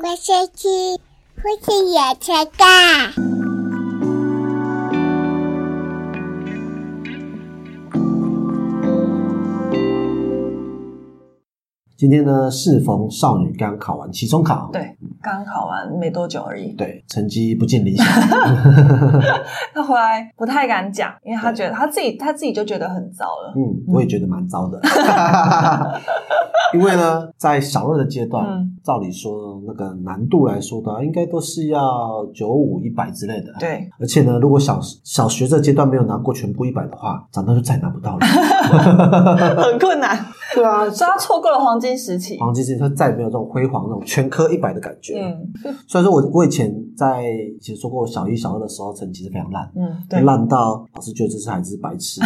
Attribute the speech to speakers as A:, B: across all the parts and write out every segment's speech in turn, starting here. A: 我先去，父亲也吃干。
B: 今天呢，适逢少女刚考完期中考，
C: 对，刚考完没多久而已。
B: 嗯对，成绩不尽理 想，
C: 他回来不太敢讲，因为他觉得他自己他自己就觉得很糟了。
B: 嗯，我也觉得蛮糟 的。因为呢，在小二的阶段，
C: 嗯
B: 照理说那个难度来说的话，应该都是要九五一百之类的。，
C: 对，
B: 而且呢，如果小小学这阶段没有拿过全部一百的话，长大就再也拿不 到了。
C: 很困难，
B: 对啊，
C: 所以他错过了黄金时期。
B: 黄金时期他再也没有这种辉煌那种全科一百的感觉。
C: 嗯
B: 虽然说我我以前在以前说过，我小一小二的时候成绩是非常烂，
C: 嗯，对，
B: 烂到老师觉得这是孩子是白痴。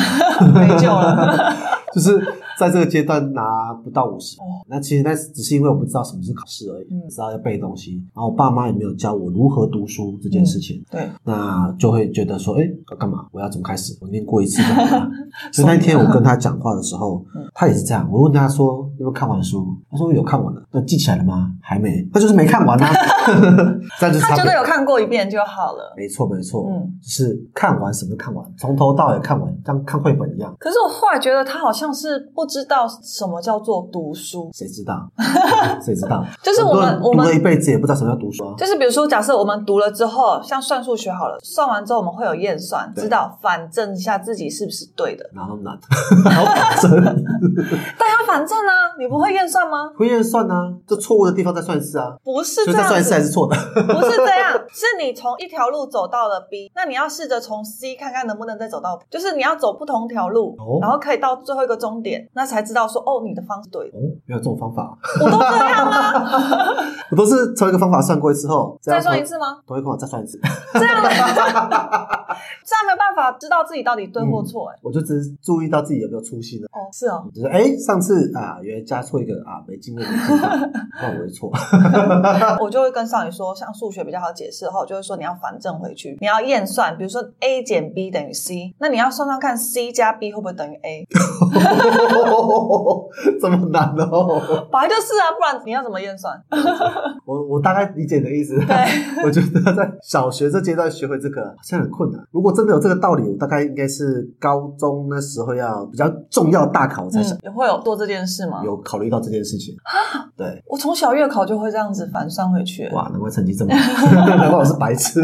C: 没 救了。
B: 就是在这个阶段拿不到五十、
C: 哦
B: 那其实那只是因为我不知道什么是考试而已，
C: 嗯
B: 不知道要背东西，然后我爸妈也没有教我如何读书这件事情，
C: 对，
B: 那就会觉得说，哎、要干嘛？我要怎么开始？我念过一次干 嘛？所以那一天我跟他讲话的时候
C: 嗯，
B: 他也是这样，我问他说，你有没有看完书？他说有看完了，那记起来了吗？还没，那就是没看 完啊，这样就是
C: 他
B: 差
C: 觉
B: 别
C: 得。有看过一遍就好了。
B: 没错，没错，
C: 嗯
B: 就是看完什么都看完，从头到尾看完，像看绘本一样。
C: 可是我后来觉得他好像是不知道什么叫做读书，
B: 谁知道？谁知道？
C: 就是我们
B: 很多人
C: 我
B: 读了一
C: 们
B: 辈子也不知道什么叫读书啊。
C: 就是比如说，假设我们读了之后，像算数学好了，算完之后我们会有验算，
B: 对
C: 知道反正一下自己是不是对的。
B: 然后难，然后反正
C: 但要反正呢，你不会验算吗？
B: 不愿意算啊，就错误的地方再算一次啊，
C: 不是
B: 就
C: 这
B: 再
C: 样
B: 算一次还是
C: 子，
B: 错的。
C: 不是这样，是你从一条路走到了 B，那你要试着从 C 看看能不能再走到，就是你要走不同条路，
B: 哦
C: 然后可以到最后一个终点，那才知道说哦，你的方式对的。
B: 哦，没有这种方法，
C: 我都这样啊，
B: 我都是从一个方法算过一次后，
C: 再算一
B: 次，
C: 次吗？
B: 同一个方法再算一次，
C: 这样的，这样没有办法知道自己到底对或错、哎、
B: 我就只是注意到自己有没有粗心了。
C: 哦，是 哦，
B: 就是哎，上次啊，原来加错一个啊，没经过没经过，那我会错。
C: 我就会跟少女说，像数学比较好解释的话，我就会说你要反正回去，你要验算，比如说 a 减 b 等于 c，那你要算算看 c 加 b 会不会等于 a，
B: 这么难哦！
C: 本来就是啊，不然你要怎么验算？
B: 我我大概理解你的意思。
C: 对，
B: 我觉得在小学这阶段学会这个好像很困难。如果真的有这个道理，我大概应该是高中那时候要比较重要大考才想、
C: 嗯， 会有做这件事吗？
B: 有考虑到这件事情。 对，
C: 我从小月考就会这样子反算回去。
B: 哇，难怪成绩 这么好，难怪我是白痴。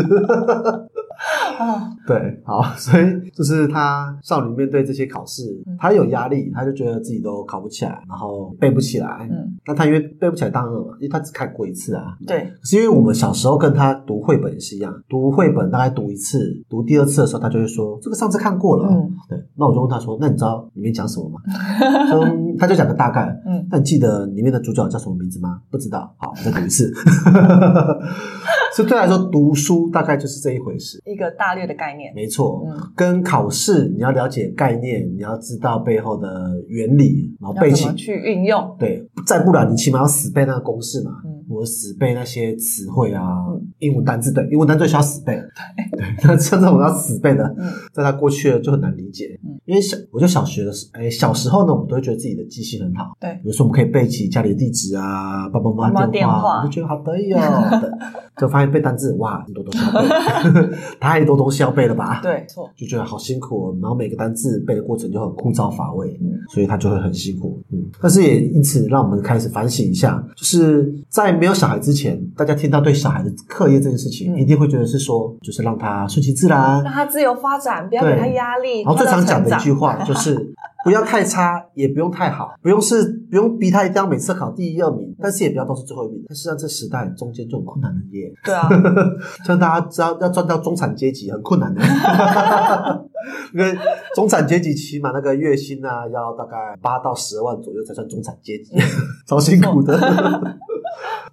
C: 哦，
B: 对，好，所以就是他少女面对这些考试
C: 嗯，
B: 他有压力，他就觉得自己都考不起来，然后背不起来。
C: 嗯，
B: 那他因为背不起来当然了嘛，因为他只看过一次啊。
C: 对，
B: 可是因为我们小时候跟他读绘本也是一样，读绘本大概读一次，读第二次的时候，他就会说这个上次看过了。
C: 嗯
B: 对，那我就问他说：“那你知道里面讲什么吗？”说嗯他就讲个大概。
C: 嗯，
B: 那你记得里面的主角叫什么名字吗？不知道。好，再读一次。 所以对他来说，读书大概就是这一回事。
C: 一个大略的概念。
B: 没错，
C: 嗯
B: 跟考试你要了解概念，你要知道背后的原理，然后
C: 要
B: 背
C: 怎
B: 起
C: 么。去运用？
B: 对，再不然你起码要死背那个公式嘛。
C: 嗯，
B: 我死背那些词汇啊，
C: 嗯
B: 英文单字，对，英文单字需要死背。对， 那像这种要死背的，
C: 嗯
B: 在他过去了就很难理解。
C: 嗯
B: 因为小，我就小学的时，哎，小时候呢，我们都会觉得自己的记性很好。
C: 对
B: 比如说我们可以背起家里的地址啊，爸爸妈
C: 妈妈
B: 妈
C: 电
B: 电
C: 话
B: 我就觉得好得意哦。 对，就发现背单字，哇，很多东西要背， 太多东西要背了吧？。
C: 对，错。
B: 就觉得好辛苦、哦，然后每个单字背的过程就很枯燥乏味，
C: 嗯
B: 所以他就会很辛苦。嗯，但是也因此让我们开始反省一下，就是在没有小孩之前，大家听到对小孩的课业这件事情，
C: 嗯
B: 一定会觉得是说，就是让他顺其自然。
C: 让他自由发展，不要给
B: 对
C: 他压力。
B: 然后最常讲的一句
C: 话，
B: 话 就是。不要太差，也不用太好，不用是不用逼他一定要每次考第一、二名，但是也不要都是最后一名。但是际上这时代中间就很困难了耶。
C: 对啊，
B: 像大家知道要赚到中产阶级很困难的， 因为中产阶级起码那个月薪啊，要大概八到十万左右才算中产阶级，超辛苦的。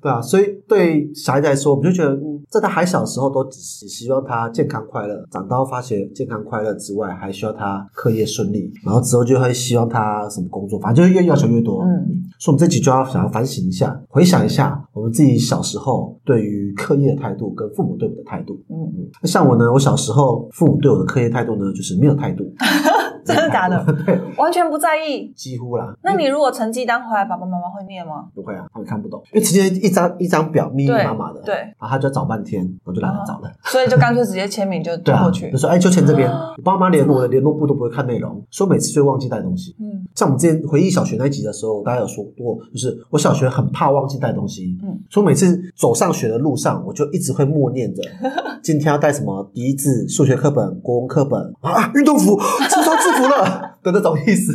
B: 对啊，所以对小孩子来说，我们就觉得，嗯，在他还小的时候，都只是希望他健康快乐。长大后发现健康快乐之外，还需要他课业顺利，然后之后就会希望他什么工作，反正就是越要求越多。
C: 嗯，
B: 所以，我们这集就要想要反省一下，回想一下我们自己小时候对于课业的态度跟父母对我们的态度。
C: 嗯，
B: 那像我呢，我小时候父母对我的课业态度呢，就是没有态度，
C: 真的假的？
B: 对，
C: 完全不在意。
B: 几乎啦。
C: 那你如果成绩单回来，爸爸妈妈会念吗？
B: 不会啊，他们看不懂，因为直接一张一张表密密麻麻的，
C: 对对
B: 然后他就要找半天，我就懒得找了。
C: 所以就干脆直接签名就
B: 对啊，
C: 过去哦
B: 就。说哎，就签这边。我爸妈连我的联络簿都不会看内容，所以每次就忘记带东西。
C: 嗯，
B: 像我们之前回忆小学那一集的时候，大家有说过，就是我小学很怕忘记带东西，
C: 嗯，
B: 所以每次走上学的路上，我就一直会默念 着今天要带什么笛子、数学课本、国文课本啊、运动服，是穿制服了 的那种意思。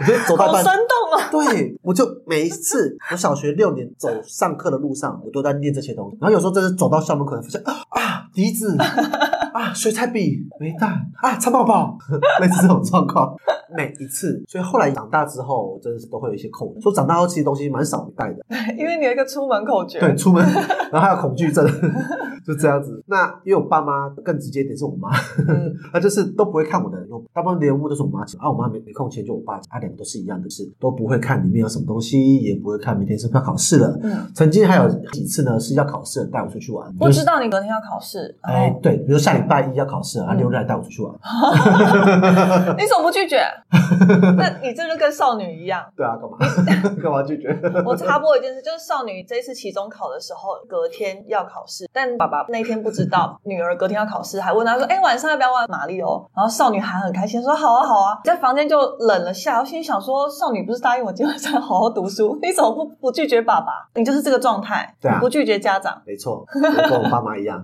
B: 我就走到
C: 好
B: 半
C: 生动啊！
B: 对，我就每一次我小学六年走上课的路上，我都在念这些东西。然后有时候真的走到校门口，发现啊，笛子啊，水彩笔没带啊，蚕宝宝， 类似这种状况，每一次。所以后来长大之后，我真的是都会有一些恐，说长大后其实东西蛮少带的。
C: 因为你有一个出门口诀，
B: 对，出门， 然后还有恐惧症， 就这样子。那因为我爸妈更直接一点是我妈，
C: 嗯
B: 她就是都不会看我的联络簿，大部分联络簿都是我妈签，啊，我妈没没空签，就我爸签，啊，两个都是一样的事，都不会看里面有什么东西，也不会看明天是不是要考试了。
C: 嗯，
B: 曾经还有几次呢是要考试了，带我出去玩，
C: 不
B: 就是
C: 知道你哦隔天要考试，
B: 哎
C: 哦，
B: 对，比如下礼拜一要考试了，啊，
C: 嗯
B: 六日还带我出去玩，
C: 你怎么不拒绝？ 那你这就跟少女一样。
B: 对啊， 干嘛干嘛拒绝？
C: 我插播一件事，就是少女这一次期中考的时候，隔天要考试，但爸爸那天不知道 女儿隔天要考试，还问她说：“哎、晚上要不要玩马里奥？”然后少女还很开心说：“好啊，好啊。”在房间就冷了下，我心里想说：“少女不是答应我今晚上要好好读书， 你怎么不不拒绝爸爸？你就是这个状态，
B: 对啊
C: 不拒绝家长。”
B: 没错，我跟我爸妈一样。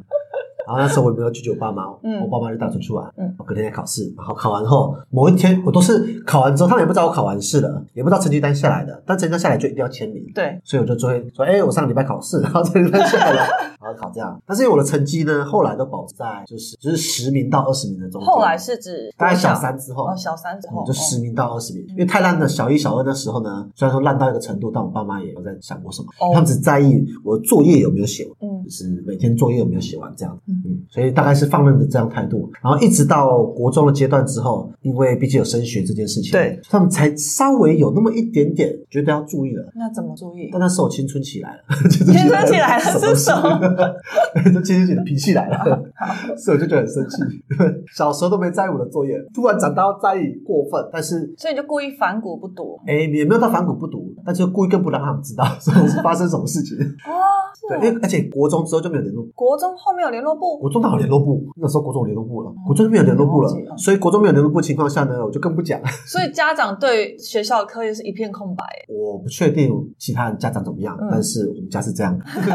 B: 然后那时候我也没有拒绝我爸妈，
C: 嗯
B: 我爸妈就带我出去玩。
C: 嗯
B: 我隔天在考试，然后考完后某一天，我都是考完之后，他们也不知道我考完试了，也不知道成绩单下来的，但成绩单下来就一定要签名。
C: 对，
B: 所以我就追说，哎、我上礼拜考试， 然后成绩单下 来了，然后考这样。但是因为我的成绩呢，后来都保持在就是就是十名到二十名的中间。
C: 后来是指
B: 大概小
C: 国
B: 三之后，
C: 哦，小三之后
B: 嗯就
C: 哦
B: 十名到二十名，因为太烂了。小一、小二那时候呢，虽然说烂到一个程度，但我爸妈也没有在想过什么，
C: 哦
B: 他们只在意我的作业有没有写完，
C: 嗯
B: 就是每天作业有没有写完这样子。
C: 嗯
B: 嗯，所以大概是放任的这样态度，然后一直到国中的阶段之后，因为毕竟有升学这件事情，
C: 对，
B: 他们才稍微有那么一点点觉得要注意了。
C: 那怎么注意
B: 但？那时候我青春期来了， 青春
C: 青春期来了 是什么？
B: 就青春期的脾气来了，所以我就觉得很生气。 小时候都没在意我的作业，突然长大要在意，过分。但是，
C: 所以就故意反骨不读
B: 哎，也没有到反骨不读，但就故意更不让他们知道 是发生什么事情。
C: 哦，是
B: 对，
C: 哦
B: 因为而且国中之后就没有联络，
C: 国中后面有联络部，
B: 国中哪有联络部？那时候国中有联络部了，国中就没有联络部
C: 嗯了解
B: 了，
C: 了
B: 所以国中没有联络部的情况下呢，我就更不讲。
C: 所以家长对学校的课业是一片空白。
B: 我不确定其他人家长怎么样，
C: 嗯
B: 但是我们家是这样。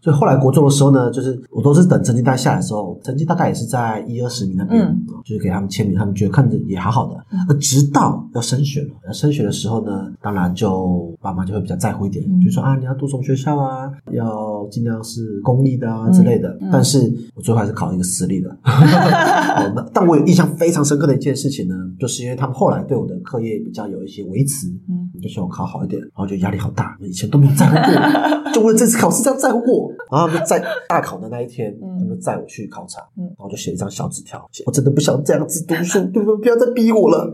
B: 所以后来国中的时候呢，就是我都是等成绩单下来的时候，成绩大概也是在一二十名那边，哦
C: 嗯
B: 就是给他们签名，他们觉得看着也好好的。那、直到要升学了，要升学的时候呢，当然就爸妈就会比较在乎一点，
C: 嗯
B: 就说啊，你要读什么学校啊，要尽量是公立的啊之类的。
C: 嗯嗯
B: 但是我最后还是考了一个私 立的。哦那但我有印象非常深刻的一件事情呢，就是因为他们后来对我的课业比较有一些维持，
C: 嗯，
B: 就希望我考好一点，然后就压力好大，以前都没有在乎 过，就为了这次考试这样在乎过。然后他们就在大考的那一天，
C: 嗯
B: 他们就载我去考场，
C: 嗯
B: 然后我就写了一张小纸条，写我真的不想这样子读书，你们不要再逼我了。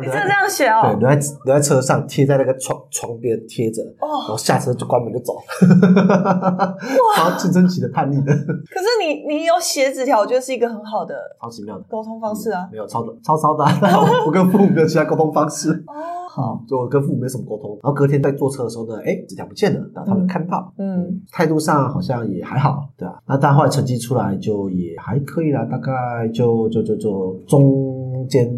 C: 你
B: 然
C: 真
B: 后留
C: 的这
B: 在
C: 样写
B: 对，
C: 哦？
B: 留在留在车上，贴在那个窗窗边贴着，然
C: 哦，
B: 后下车就关门就走，然后青春期的叛逆的，
C: 可是你你有写纸条，我觉得是一个很好的
B: 超奇妙的。
C: 沟通方式啊。
B: 没有超超超的啊，然后我跟父母没有其他沟通方式。
C: 哦，
B: 好，就我跟父母没什么沟通。然后隔天在坐车的时候呢，哎，纸条不见了，然后他们看到，
C: 嗯，
B: 态度上好像也还好，对吧、那但后来成绩出来就也还可以啦，大概就就就就中间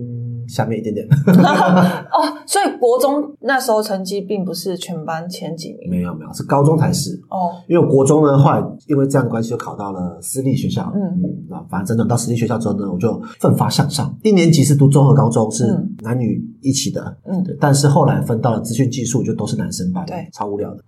B: 下面一点点，
C: 哦，所以国中那时候成绩并不是全班前几名。
B: 没有没有， 是高中才是。
C: 哦，
B: 因为我国中呢，后来因为这样的关系，就考到了私立学校。
C: 嗯
B: 嗯，那反正整转到私立学校之后呢，我就奋发向上。一年级是读综合高中，是
C: 嗯
B: 男女一起的，
C: 嗯，
B: 对，但是后来分到了资讯技术，就都是男生班，
C: 对
B: 超无聊的。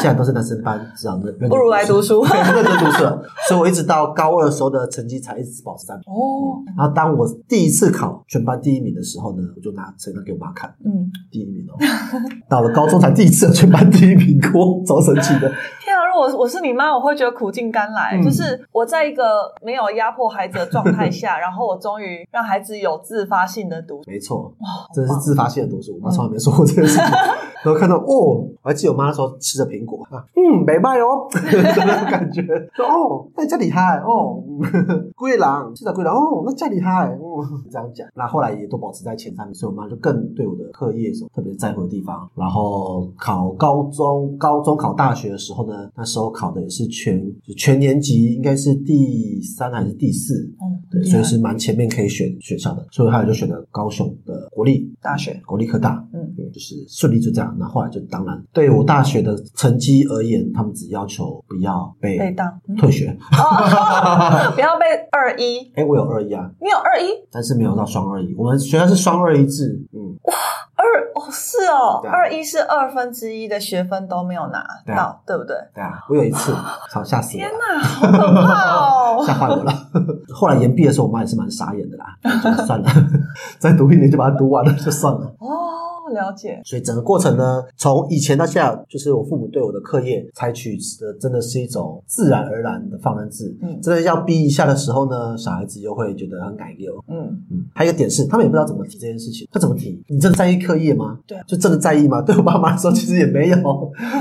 B: 现在都是男生班，这样认
C: 不如来读书
B: 对，认真读书了。所以我一直到高二的时候的成绩才一直保持在。
C: 哦，
B: 然后当我第一次考全班第一名的时候呢，我就拿成绩单给我妈看，
C: 嗯，
B: 第一名哦。到了高中才第一次有全班第一名过，超神奇的。
C: 天啊！如果我是你妈，我会觉得苦尽甘来。
B: 嗯
C: 就是我在一个没有压迫孩子的状 态下，然后我终于让孩子有自发性的读书。
B: 没错，
C: 哇，
B: 真的是
C: 好棒嗯
B: 自发性的读书，我妈从来没说过这个 事情。然后看到哦，我还记得我妈那时候吃着苹果，啊嗯，没卖 哦，这种感觉。说哦，那家厉害哦， 嗯贵郎吃着贵郎哦，那家厉害，嗯，这样讲。那后来也都保持在前三名，所以我妈就更对我的课业什么特别在乎的地方。然后考高中，高中考大学的时候呢，那时候考的也是全就全年级应该是第三还是第四，
C: 嗯
B: 对，
C: 厉害
B: 所以是蛮前面可以选选校的，所以后来就选了高雄的国立
C: 大学，
B: 国立科大，
C: 嗯，
B: 对，就是顺利就这样。那后来就当然，对我大学的成绩而言，他们只要求不要被
C: 被当、嗯
B: 退学。
C: 哦，不要被二一，
B: 哎、我有二一啊，
C: 你有二一
B: 但是没有到双二一，我们学校是双二一制，嗯，
C: 二哦，是哦，
B: 对啊
C: 二一是二分之一的学分都没有拿
B: 对啊
C: 到，对不对？
B: 对啊，我有一次，操，吓死我
C: 天
B: 了。
C: 哪，好可怕
B: 吓
C: 哦！
B: 坏我了。 后来延毕的时候，我妈也是蛮傻眼的啦，就算了， 再读一年就把它读完了，就算了。
C: 哦，了解，
B: 所以整个过程呢，从以前到现在，就是我父母对我的课业采取的真的是一种自然而然的放任制。
C: 嗯
B: 真的要逼一下的时候呢，小孩子又会觉得很改忧。
C: 嗯，
B: 嗯，还有一个点是，他们也不知道怎么提这件事情，他怎么提？你真的在意课业吗？
C: 对啊
B: 就真的在意吗？对我爸妈来说，其实也没有，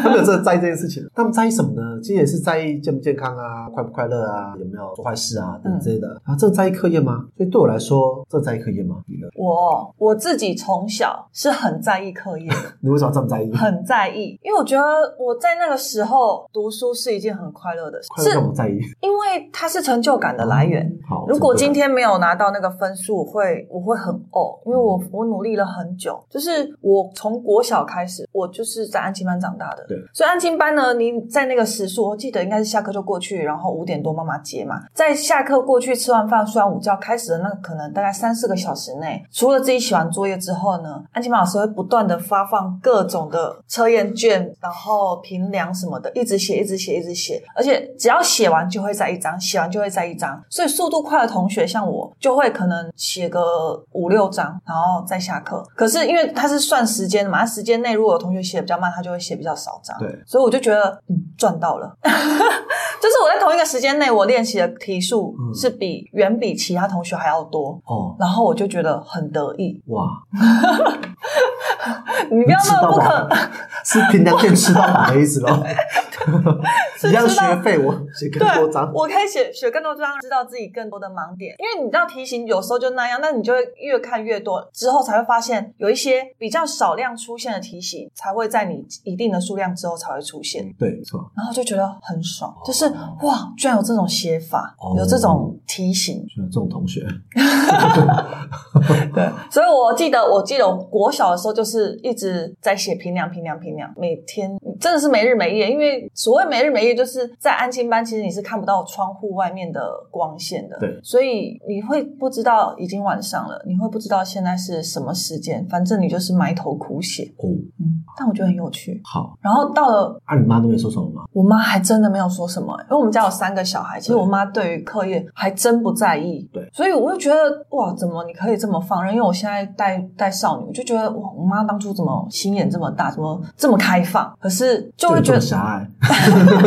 B: 他没有真的在意这件事情。他们在意什么呢？其实也是在意健不健康啊，快不快乐啊，有没有做坏事啊
C: 嗯
B: 等等之类的。啊，真的在意课业吗？所以对我来说，真的在意课业吗？你呢？
C: 我我自己从小是很在意课业 的，
B: 你为什么这么在意？
C: 很在意，因为我觉得我在那个时候读书是一件很快乐的事，
B: 快乐让
C: 是
B: 我在意
C: 因为它是成就感的来源。。
B: 哦好，
C: 如果
B: 这
C: 今
B: 个
C: 天没有拿到那个分数，我会我会很呕，因为我我努力了很久，就是我从国小开始，我就是在安亲班长大的。
B: 对，
C: 所以安亲班呢，你在那个时数，我记得应该是下课就过去，然后五点多妈妈接嘛，在下课过去吃完饭、睡完午觉开始的那可能大概三四个小时内，除了自己写完作业之后呢，安亲班老师会不断的发放各种的测验卷，然后评量什么的，一直写，一直写，一直写，而且只要写完就会再一张，写完就会再一张，所以速度快的同学像我，就会可能写个五六张，然后再下课。可是因为他是算时间的嘛，他时间内如果有同学写得比较慢，他就会写比较少张，
B: 对，
C: 所以我就觉得嗯赚到了。 就是我在同一个时间内，我练习的题数
B: 嗯
C: 是比远比其他同学还要多，
B: 哦，
C: 然后我就觉得很得 意。
B: 哇，
C: 你不要
B: 吃
C: 那么
B: 到
C: 不
B: 饱
C: 可，
B: 是平常店吃到饱的意思 喽。
C: 是
B: 一样
C: 吃到
B: 学费，我写更
C: 对啊
B: 多，张。
C: 我可以写写更多章，知道自己更多的盲点。因为你知道题型有时候就那样，那你就会越看越多，之后才会发现有一些比较少量出现的题型，才会在你一定的数量之后才会出现。
B: 对，没错，
C: 然后就觉得很爽，就是哇，居然有这种写法，
B: 哦
C: 有这种题型，
B: 就有这种同学，哦
C: 对，所以我记得，我记得我国小的时候就是一直在写评量、评量、评量，每天真的是没日没夜。因为所谓没日没夜，就是在安亲班，其实你是看不到窗户外面的光线的，
B: 对
C: 所以你会不知道已经晚上了，你会不知道现在是什么时间，反正你就是埋头苦写。
B: 哦，
C: 嗯，但我觉得很有趣。
B: 好。
C: 然后到了
B: 啊，你妈都没说什么吗？
C: 我妈还真的没有说什么、因为我们家有三个小孩，其实
B: 对
C: 我妈对于课业还真不在意。
B: 对
C: 所以我就觉得哇，怎么你可以这么放任？因为我现在带带少女，我就觉得哇，我妈当初怎么心眼这么大，怎么这么开放？可是就会
B: 这
C: 觉
B: 么
C: 得
B: 狭隘。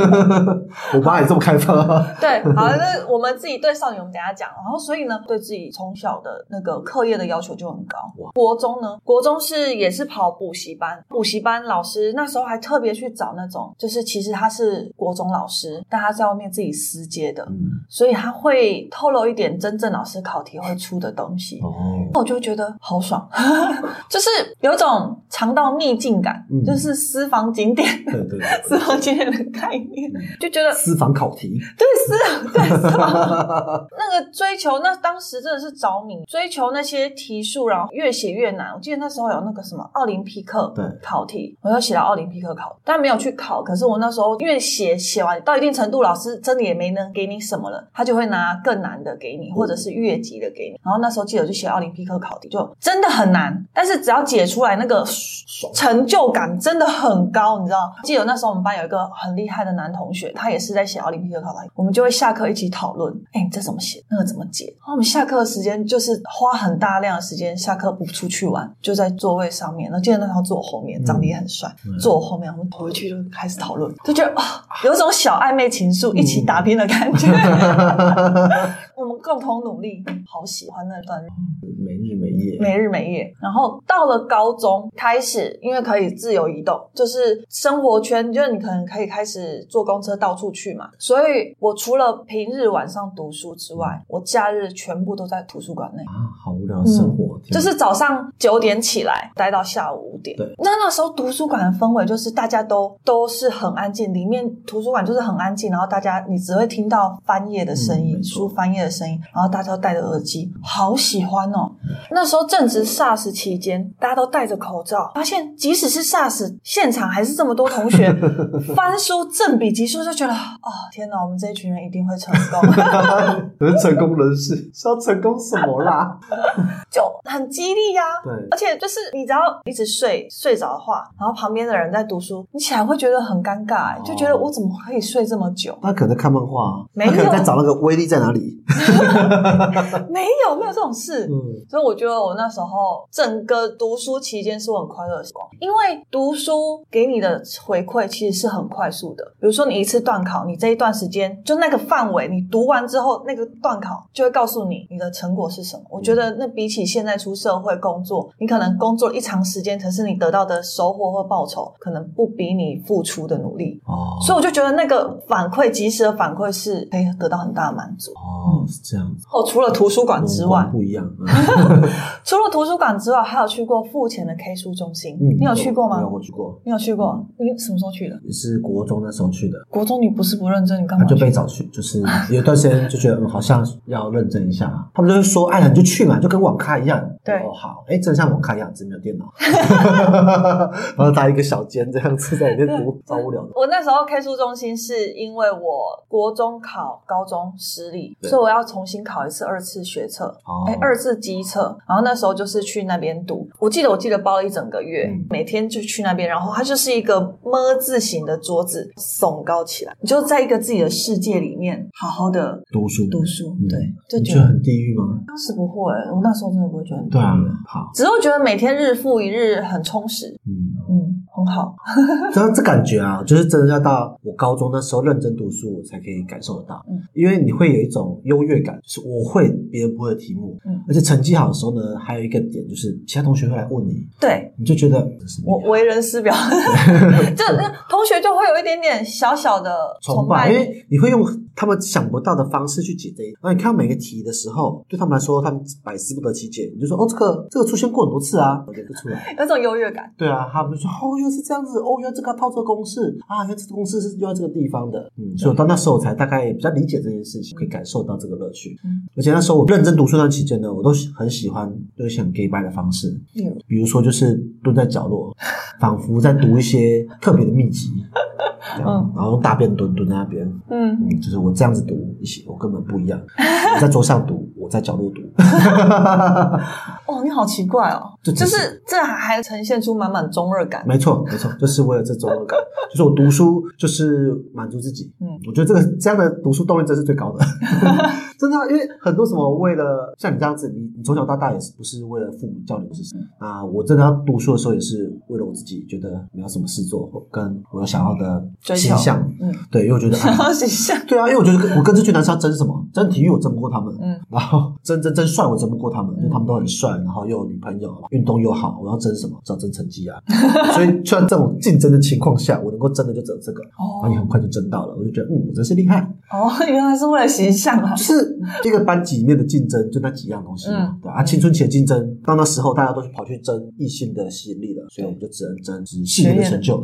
B: 我妈也这么开放啊。
C: 对，好，那我们自己对少女，我们等一下讲。然后，所以呢，对自己从小的那个课业的要求就很高
B: 哇。
C: 国中呢，国中是也是跑补习班，补习班老师那时候还特别去找那种，就是其实他是国中老师，但他在外面自己私接的，
B: 嗯，
C: 所以他会透露一点真正老师考题会出的东西。
B: 哦，
C: 我就觉得好爽， 就是有一种尝到秘境感，
B: 嗯
C: 就是私房景点、
B: 对对对，
C: 私房景点的概念，就觉得
B: 私房考题。
C: 对，是，啊对，是吗 那个追求，那当时真的是着迷，追求那些题数，然后越写越难。我记得那时候有那个什么奥林匹克
B: 对
C: 考题，我要写到奥林匹克考，但没有去考。可是我那时候因为写写完到一定程度，老师真的也没能给你什么了，他就会拿更难的给你，或者是越级的给你。然后那时候记得我就写到奥林匹克考题，就真的很难。但是只要解出来，那个
B: 爽
C: 成就感真的很高，你知道？记得那时候我们班有一个很厉害的男同学，他也是在写奥林匹克考题，我们就会下课一起讨论，哎、你这怎么写？那个怎么解？然后我们下课的时间就是花很大量的时间，下课不出去玩，就在座位上面。然后记得那时候坐我后面，长得也很帅，
B: 嗯
C: 坐我后面，我们回去就开始讨论，就觉得啊、有种小暧昧情愫，一起打拼的感觉。我们共同努力，好喜欢那段
B: 没日没夜，
C: 每日每夜。然后到了高中开始，因为可以自由移动，就是生活圈，就是你可能可以开始坐公车到处去嘛。所以我除了平日晚上读书之外，我假日全部都在图书馆内。
B: 啊，好无聊的生活，天
C: 嗯
B: 哪
C: 就是早上九点起来，待到下午五
B: 嗯
C: 点。
B: 对
C: 那那时候图书馆的氛围就是大家都都是很安静，里面图书馆就是很安静，然后大家你只会听到翻页的声音，
B: 嗯没错
C: 书翻页的声音，然后大家都戴着耳机，好喜欢哦。
B: 嗯
C: 那时候正值 SARS 期间，大家都戴着口罩，发现即使是 SARS 现场，还是这么多同学 翻书正比级数，就觉得哦天哪，我们这一群人一定会成功。
B: 人成功人士是要成功什么啦？
C: 就很激励啊呀、
B: 对
C: 而且就是你只要一直睡睡着的话，然后旁边的人在读书，你起来会觉得很尴尬、欸
B: 哦
C: 就觉得我怎么可以睡这么久？
B: 他可能在看漫画啊，
C: 没有
B: 他可能在找那个威力在哪里。
C: 没有，没有这种事。
B: 嗯，
C: 所以我觉得我那时候整个读书期间是我很快乐的时光，因为读书给你的回馈其实是很快速的。比如说你一次段考，你这一段时间就那个范围，你读完之后，那个段考就会告诉你你的成果是什么。我觉
B: 嗯
C: 得那比起现在出社会工作，你可能工作一长时间，可是你得到的收获或报酬，可能不比你付出的努力。
B: 哦，
C: 所以我就觉得那个反馈，及时的反馈是可以得到很大的满足。
B: 哦是这样子，
C: 哦，除了图书馆之外
B: 文化，不一样。嗯
C: 除了图书馆之外，还有去过付钱的 K 书中心，
B: 嗯
C: 你有去过吗
B: 没有，？我去过，
C: 你有去过？你什么时候去的？
B: 也是国中那时候去的。
C: 国中你不是不认真，你干
B: 他
C: 嘛
B: 啊就
C: 去？
B: 被找去，就是有一段时间就觉得，嗯，好像要认真一下啊。他们就会说，哎呀，你就去嘛，就跟网咖一样。
C: 对
B: 哦，好，哎，真的像网咖一样，只是没有电脑， 然后搭一个小间这样子在里 面读，超无聊的。
C: 我那时候 K 书中心是因为我国中考高中失利，
B: 对
C: 所以我要重新考一次二次学测，
B: 哦
C: 哎、二次机测。然后那时候就是去那边读，我记得我记得包了一整个月，
B: 嗯
C: 每天就去那边。然后它就是一个么字形的桌子，耸高起来，你就在一个自己的世界里面好好的
B: 读书，
C: 读书，
B: 嗯
C: 对，就
B: 你
C: 觉
B: 觉得
C: 得。
B: 很地狱吗？
C: 当时不会，我那时候真的不会觉得很
B: 对啊，好，
C: 只是我觉得每天日复一日很充实，
B: 嗯，
C: 嗯，很好。
B: 然后这感觉啊，就是真的要到我高中那时候认真读书，我才可以感受得到。
C: 嗯
B: 因为你会有一种优越感，就是我会别人不会的题目，
C: 嗯
B: 而且成绩好的时候呢，还有一个点就是其他同学会来问你，
C: 对
B: 你就觉得这是你啊
C: 我为人师 表，就同学就会有一点点小小的
B: 崇
C: 拜
B: 拜，因为你会用他们想不到的方式去解这一。然后你看到每个题的时候，对他们来说，他们百思不得其解。你就说哦，这个这个出现过很多次啊，我觉得不出来。
C: 有种优越感。
B: 对啊，他们就说哦，原来是这样子，哦，原来这个要套这个公式啊，原来这个公式是用在这个地方的，嗯，所以我到那时候我才大概比较理解这件事情，可以感受到这个乐趣。
C: 嗯
B: 而且那时候我认真读书那段期间呢，我都很喜欢用一些很 gay bye 的方式，
C: 例如，
B: 比如说就是蹲在角 落，仿佛在读一些特别的秘籍，这样
C: 嗯
B: 然后用大便蹲蹲在那边，
C: 嗯，
B: 嗯，就是我这样子读，一些我根本不 一样，我在桌上读，我在角落读，
C: 哦，你好奇怪哦，
B: 这
C: 就
B: 只是
C: 是这还还呈现出满满中二感。
B: 没错，没错，就是为了这种感，就是我读书就是满足自己。
C: 嗯
B: 我觉得这个这样的读书动力真是最高 的，真的啊、因为很多什么为了像你这样子，你你从小到大也是不是为了父母教你是
C: 嗯
B: 什么啊？我真的要读书的时候也是为了我自己，觉得没有什么事做，跟我有想要的
C: 追
B: 形
C: 求
B: 象，
C: 嗯，
B: 对，因为我觉得。
C: 然
B: 啊
C: 后形象，
B: 对啊，因为我觉得我跟这群男生要争什么？争体育我争不过他们，
C: 嗯，
B: 然后争争争帅我争不过他们，因为
C: 嗯
B: 他们都很帅，然后又有女朋友，运动又好，我要争什么？只要争成绩啊！ 所以虽然这种竞争的情况下，我能够争的就只有这个，然后你很
C: 哦
B: 快就争到了，我就觉得嗯，我真是厉害，
C: 哦， 原来是为了形象啊
B: 就。是一个班级里面的竞争就那几样东西嘛，
C: 嗯
B: 对啊，青春期的竞争，到那时候大家都去跑去争异性的吸引力了，所以我们就只能争 事业的成就，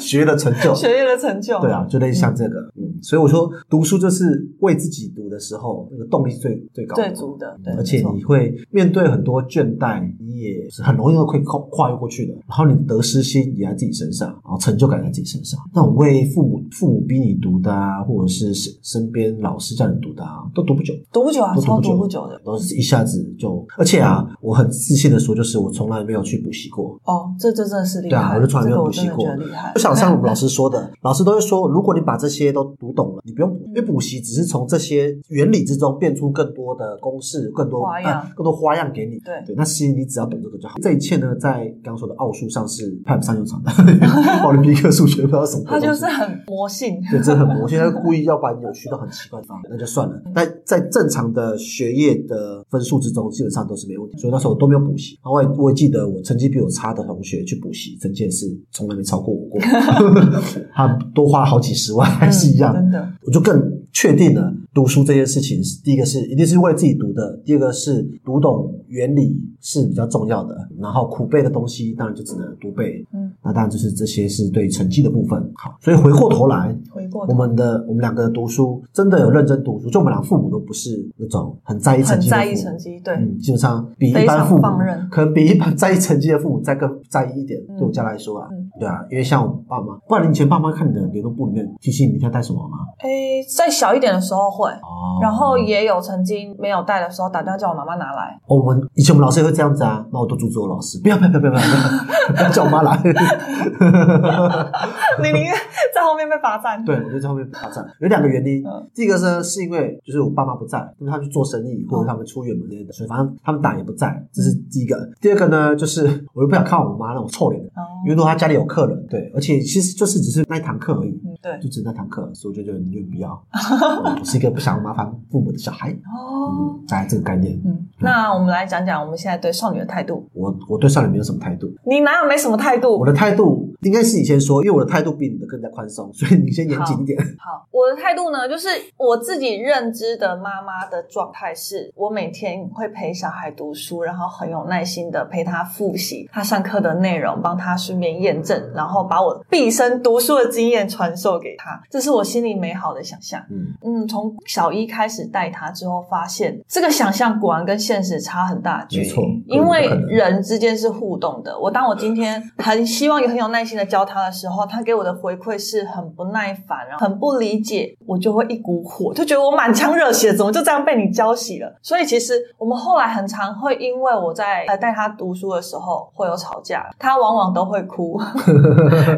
B: 学业的成就，
C: 学业的成就，
B: 啊
C: 哦
B: 对啊，，就类似像这个，嗯，嗯，所以我说读书就是为自己读的时候，那个动力是最最高的
C: 最足的，对，
B: 而且
C: 没错
B: 你会面对很多倦怠，你也是很容易会跨跨越过去的。然后你得失心也在自己身上，然后成就感也在自己身上。那种为父母父母逼你读的啊，或者是身身边老师叫你读的啊，都读不久，
C: 读不久啊，
B: 都
C: 超
B: 读
C: 读
B: 不
C: 不
B: 久
C: 久的。
B: 都是一下子就。而且啊，我很自信的说，就是我从来没有去补习过。
C: 哦，这这真的是厉
B: 对啊
C: 害，
B: 我就从来没
C: 这
B: 有
C: 个
B: 补
C: 我
B: 习
C: 真的
B: 过
C: 觉得厉害。
B: 就想像我们老师说的，老师都会说，如果你把这些都读懂了，你不用补，因为补习只是从这些原理之中变出更多的公式、更多
C: 花样
B: 呃更多花样给你。
C: 对
B: 对，那其实你只要懂这个就好。这一切呢，在刚刚说的奥数上是派不上用场 的。奥林匹克数学不知道什么
C: 他
B: 鬼东西，
C: 就是很魔性，
B: 对，这很魔性，他故意要把你扭曲到很奇怪的方面，那就算了。但在正常的学业的分数之中，基本上都是没问题。所以那时候我都没有补习，然后我也我也记得我成绩比我差的同学去补习，成绩也是从来没超过我 过， 他多花好几十万还是一样。
C: 嗯真的。
B: 我就更确定了读书这件事情是，第一个是一定是为自己读的，第二个是读懂原理是比较重要的，然后苦背的东西当然就只能读背，
C: 嗯，
B: 那当然就是这些是对成绩的部分。好，所以回过头来，
C: 回过
B: 我
C: 头，
B: 们的我们两个读书真的有认真读书，就我们俩父母都不是那种很在意成
C: 很
B: 绩的
C: 在
B: 父
C: 意
B: 母。
C: 成绩，对，
B: 嗯，基本上比一
C: 非
B: 般
C: 常
B: 父母
C: 放任
B: 可能比一般在意成绩的父母再更在意一点。
C: 嗯
B: 对我家来说啊，
C: 嗯
B: 对啊，因为像我爸妈，不然你以前爸妈看你的联络簿里面提醒你明天要带什么吗？
C: 诶，再小一点的时候会，
B: 哦
C: 然后也有曾经没有带的时候打电话叫我妈妈拿来，
B: 哦我们以前我们老师也会这样子啊，那我都阻止我老师，不要不要不要不要不要，不要叫我妈来。
C: 你宁愿在后面被罚站。
B: 对，我就在后面罚站。有两个原因
C: 嗯，
B: 第一个呢是因为就是我爸妈不在，因为他们去做生意或者他们出远门之类的，所以反正他们打也不在，这是第一个。第二个呢，就是我又不想看我妈那种臭脸的，
C: 哦
B: 因为如果她家里有客人，对，而且其实就是只是那一堂课而已。
C: 嗯，对，
B: 就只是那堂课，所以我就觉得宁愿不要。 嗯我是一个不想麻烦父母的小孩，
C: 哦
B: 嗯，，大概这个概念。
C: 嗯，那我们来讲讲我们现在对少女的态度。
B: 我我对少年没有什么态度，
C: 你哪有没什么态度
B: 我？的态度应该是你先说，因为我的态度比你的更加宽松，所以你先严谨一点。
C: 好，我的态度呢，就是我自己认知的妈妈的状态是，我每天会陪小孩读书，然后很有耐心的陪他复习他上课的内容，帮他顺便验证，然后把我毕生读书的经验传授给他，这是我心里美好的想象。
B: 嗯，
C: 嗯，从小一开始带他之后，发现这个想象果然跟现实差很大的距离。
B: 没错嗯
C: 因为
B: 不可能
C: 人之间是互动的。我当我今天很希望也很有耐心的教他的时候，他给我的回馈是很不耐烦，然后很不理解，我就会一股火，就觉得我满腔热血，怎么就这样被你浇熄了？所以其实我们后来很常会因为我在呃带他读书的时候会有吵架，他往往都会哭。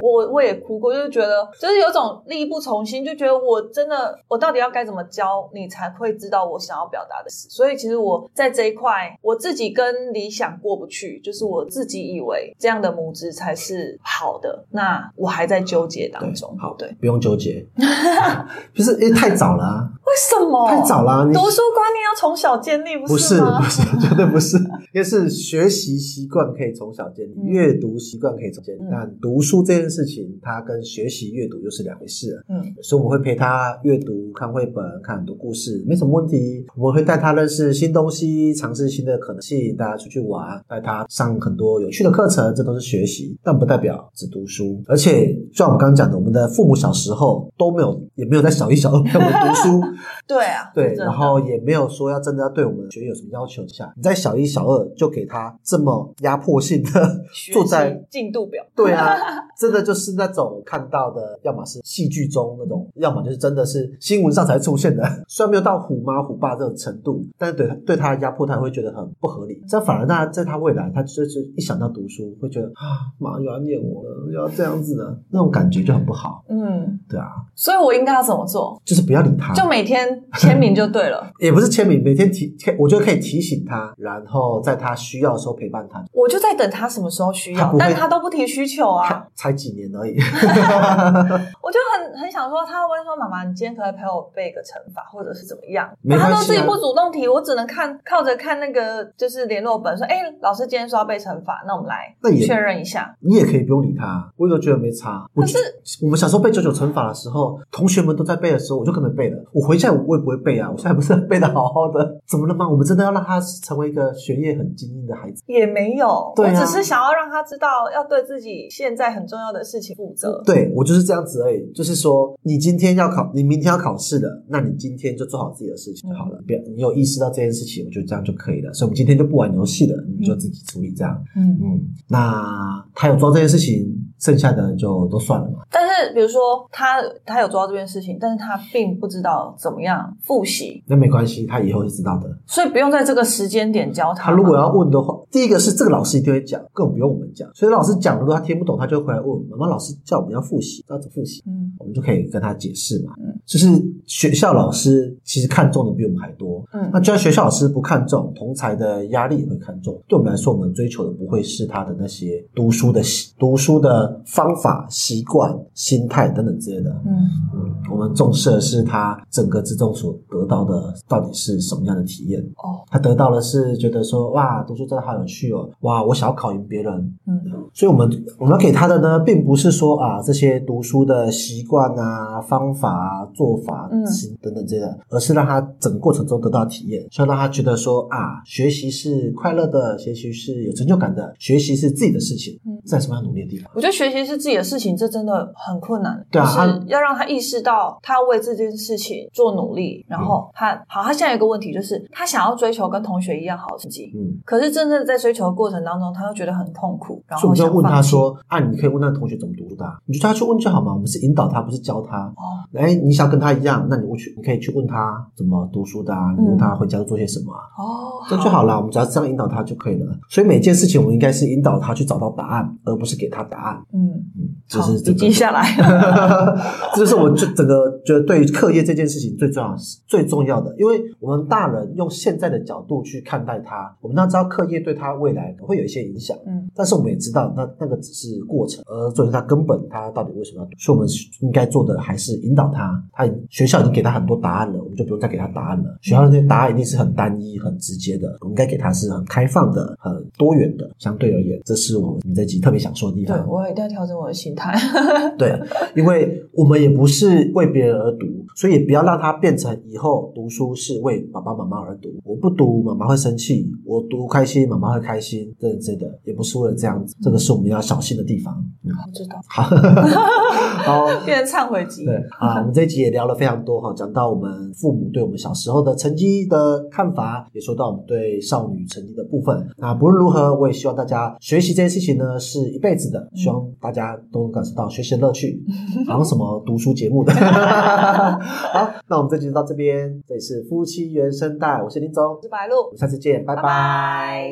C: 我我也哭过，就是觉得就是有种力不从心，就觉得我真的我到底要该怎么教你才会知道我想要表达的事。所以其实我在这一块，我自己跟理想过不去，就是我自己以为这样的母职才是好的，那我还在纠结当中。
B: 好，
C: 对，，
B: 不用纠 结， 就是因为太早了、啊，
C: 为什么
B: 太早了啊、你
C: 读书观念要从小建立，
B: 不是
C: 吗
B: 不？是，绝对不是，应该是学习习惯可以从小建立，
C: 嗯
B: 阅读习惯可以从小建立，
C: 嗯
B: 但读书这件事情，它跟学习阅读又是两回事了。
C: 嗯，
B: 所以我们会陪他阅读、看绘本、看很多故事，没什么问题。我们会带他认识新东西，尝试新的可能性，带他出去玩，带他上很多有趣的课程，这都是学习，但不代表只读书。而且，就像我们刚刚讲的，我们的父母小时候都没有，也没有在小一、小二陪我们读书，
C: 对啊，
B: 对
C: 是，真的
B: 然后也没有说要真的要对我们学业有什么要求下，你在小一、小二就给他这么压迫性的
C: 学
B: 坐
C: 习
B: 在
C: 进度表，
B: 对 啊，真的就是那种看到的，要么是戏剧中那种，要么就是真的是新闻上才出现的。 虽然没有到虎妈虎爸这种程度，但是对他对他的压迫，他会觉得很不合理。这反而那在他未来，他就是一想到读书，会觉得啊，妈又要念我了，又要这样子了，那种感觉就很不好。
C: 嗯，
B: 对啊，
C: 所以我应该要怎么做？
B: 就是不要理他，
C: 就每天签名就对了。
B: 也不是签名，每天提，我觉得可以提醒他，然后在他需要的时候陪伴他。
C: 我就在等他什么时候需
B: 他
C: 要
B: 不，会
C: 但他都不提需求啊，
B: 才几年而已，
C: 我就很很想说，他会不会说妈妈，你今天可不可以陪我背个乘法，或者是怎么样？
B: 没关系啊
C: 他都自己不主动提，我只能看靠着看那个就是联络本，说哎、老师今天说要背乘法，那我们来
B: 那也
C: 确认一下。
B: 你也可以不用理他，我都觉得没差。我
C: 可是
B: 我们小时候背九九乘法的时候，同学们都在背的时候，我就跟着背了。我回一下我也不会背啊，我现在不是背的好好的，怎么了吗？我们真的要让他成为一个学业很精英的孩子，
C: 也没有，
B: 对啊
C: 我只是想要让他知道要对自己现在很重要的事情负责。
B: 对我就是这样子而已，就是说你今天要考，你明天要考试的，那你今天就做好自己的事
C: 嗯
B: 情就好了。别、你有意识到这件事情，我觉得这样就可以了。所以我们今天就不玩游戏了，你就自己处理这样。
C: 嗯，
B: 嗯，那他有做到这件事情，剩下的就都算了嘛。
C: 但是比如说他他有做到这件事情，但是他并不知道怎么样复习，
B: 那没关系，他以后会知道的。
C: 所以不用在这个时间点教他
B: 他
C: 嘛。
B: 如果要问的话，第一个是这个老师一定会讲，根本不用我们讲。所以老师讲了，如果他听不懂，他就会回来问我们妈妈。老师叫我们要复习，要怎么复习？
C: 嗯
B: 我们就可以跟他解释嘛。
C: 嗯
B: 就是学校老师其实看重的比我们还多。
C: 嗯
B: 那就算学校老师不看重，同才的压力也会看重。对我们来说，我们追求的不会是他的那些读书的习、读书的方法、习惯、心态等等之类的。
C: 嗯
B: 嗯，我们重视的是他整个之中所得到的到底是什么样的体验。
C: 哦
B: 他得到的是觉得说，哇，读书真的好有趣哦，哇，我想要考赢别人，
C: 嗯
B: 所以我们我们要给他的呢，并不是说啊这些读书的习惯啊、方法啊、做法、
C: 嗯
B: 行等等之类的，而是让他整个过程中得到体验，所以让他觉得说啊，学习是快乐的，学习是有成就感的，学习是自己的事情，
C: 嗯。
B: 这有什么要努力的地方？
C: 我觉得学习是自己的事情，这真的很困难。
B: 对啊
C: 就是
B: 他
C: 要让他意识到他为这件事情做努力，然
B: 嗯
C: 后他、好，他现在有一个问题就是他想要追求跟同学一样好的成绩，
B: 嗯，
C: 可是真正在追求的过程当中，他又觉得很痛苦，然
B: 所以我
C: 后
B: 们就
C: 想
B: 要问他
C: 放弃。
B: 说，啊，你可以问那个同学怎么读的、啊，你就叫他去问就好嘛，我们是引导他，不是教他。
C: 哦，
B: 哎，你想跟他一样，那你去，你可以去问他怎么读书的啊，你问他回家都做些什么啊，
C: 嗯哦，
B: 这就好了，我们只要这样引导他就可以了。所以每件事情，我们应该是引导他去找到答案，而不是给他答案。
C: 嗯，
B: 嗯，这
C: 好，
B: 是
C: 笔
B: 整个
C: 记，下来。
B: 这就是我就整个觉得对于课业这件事情最重要的是最重要的，因为我们大人用现在的角度去看待他，我们要知道课业对他未来会有一些影响。
C: 嗯
B: 但是我们也知道，那那个只是过程，而作为他根本，他到底为什么要读？所以我们应该做的还是引导他。他已学校已经给他很多答案了，我们就不用再给他答案了。学校那些答案一定是很单一、很直接的，我们应该给他是很开放的、很多元的。相对而言，这是我们这集特别想说的地
C: 对
B: 方。
C: 我一定要调整我的心态。
B: 对，因为我们也不是为别人而读，所以也不要让它变成以后读书是为爸爸妈妈而读。我不读，妈妈会生气；我读开心，妈妈会开心。这这的，也不是为了这样子，这个是我们要小心的地方。嗯，
C: 我知道，
B: 好，好。
C: 变成忏悔集。
B: 对啊，我们这一集也聊了非常多哈，讲到我们父母对我们小时候的成绩的看法，也说到我们对少女成绩的部分。那不论如何，我也希望大家学习这件事情呢是一辈子的，希望大家都能感受到学习的乐趣，好像什么读书节目的。 好，那我们这集就到这边，这里是夫妻原声带，我是林总，
C: 我是白鹿
B: 我，们下次见，拜
C: 拜拜